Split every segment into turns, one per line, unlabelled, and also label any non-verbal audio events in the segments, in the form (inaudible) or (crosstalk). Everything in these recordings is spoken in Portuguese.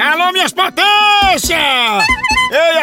Atenção, minhas potências! Ei,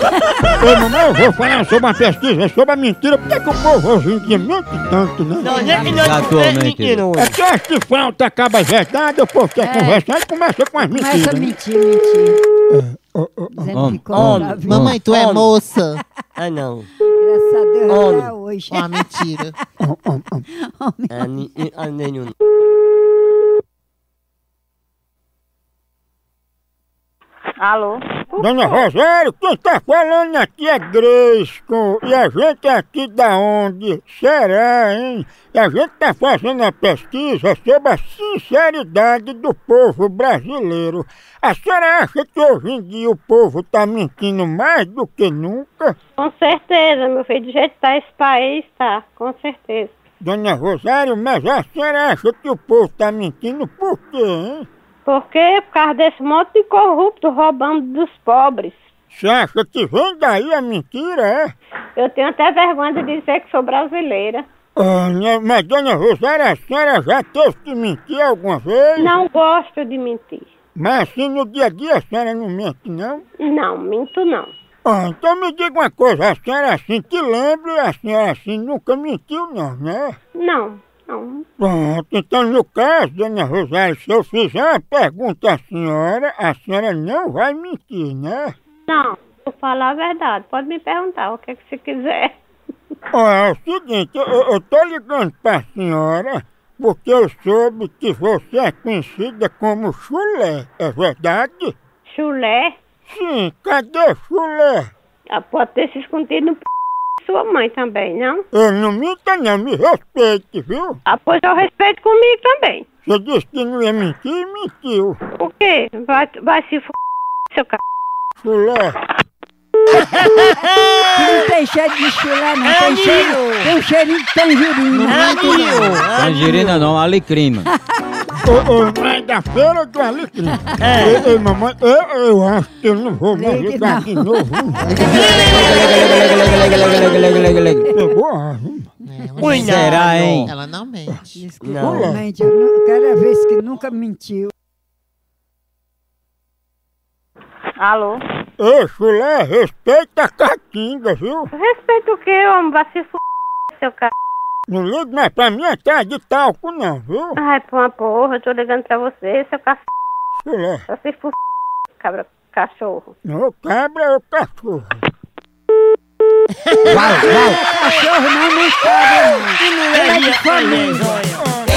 (laughs) Ô, mamãe, eu vou falar sobre uma pesquisa, sobre a mentira. Por que, que o povo hoje em dia mente tanto, né?
Nós é que nós
Exatamente.
É que eu acho que falta acaba as verdades, o povo quer
É.
conversar e começa com as
Começa a
mentiras. né?
mentir, mentir! Dizendo
Homem,
que cobra,
homem,
viu?
Mamãe, tu é moça.
Ah, não.
Graças a Deus, não
Homem.
é hoje.
Uma mentira.
Ah, ni- ah, nenhum.
Alô?
Dona Rosário, quem tá falando aqui é Gresco. E a gente é aqui da onde? Será, hein? E a gente tá fazendo a pesquisa sobre a sinceridade do povo brasileiro. A senhora acha que hoje em dia o povo tá mentindo mais do que nunca?
Com certeza, meu filho, do jeito que tá esse país, tá, com certeza.
Dona Rosário, mas a senhora acha que o povo tá mentindo por quê, hein?
Por quê? Por causa desse monte de corrupto roubando dos pobres.
Você acha que vem daí a mentira, é?
Eu tenho até vergonha de dizer que sou brasileira.
Ah, né, mas dona Rosário, a senhora já teve que mentir alguma vez?
Não gosto de mentir.
Mas assim no dia a dia a senhora não mente, não?
Não, minto não.
Ah, então me diga uma coisa, a senhora assim te lembra, a senhora assim nunca mentiu não, né?
Não, não.
Pronto, então no caso, dona Rosário, se eu fizer uma pergunta à senhora, a senhora não vai mentir, né?
Não, vou falar a verdade. Pode me perguntar o que, é que você quiser.
Ó, é o seguinte, eu, eu tô ligando pra senhora porque eu soube que você é conhecida como chulé, é verdade?
Chulé,
Sim, cadê chulé?
ah, pode ter se escondido no p... de sua mãe também, não?
Eu não minta não, me respeite, viu?
Ah, pois eu respeito comigo também.
Você disse que não ia mentir e mentiu.
O quê? Vai, vai se f... seu c...
Chulé,
Que não tem cheiro de chulé, não. Tem cheiro, tem cheiro de tangerina.
é
Nenhum.
Tangerina não, é alecrim, mano.
ô, ô, mãe da feira do Alecrim. Ei, ei, mamãe, eu, eu acho que eu não vou mais
Ligue
ligar
não.
É. de novo. Pegou a arma.
Ui, não.
Será, hein?
Ela não mente.
Diz que
Não.
realmente, eu nu- cada vez que nunca mentiu.
Alô?
Ei, chulé, respeita a caatinga, viu?
Respeito o quê, homem? Vai se f... seu c...
Não liga mais pra mim atrás de talco não, viu?
Ai, pra uma porra, eu tô ligando pra você, seu c...
Chulé,
Vai se f... cabra cachorro.
não cabra é o cachorro.
Cachorro não, não cabe, não. Ela é de família.
Ah,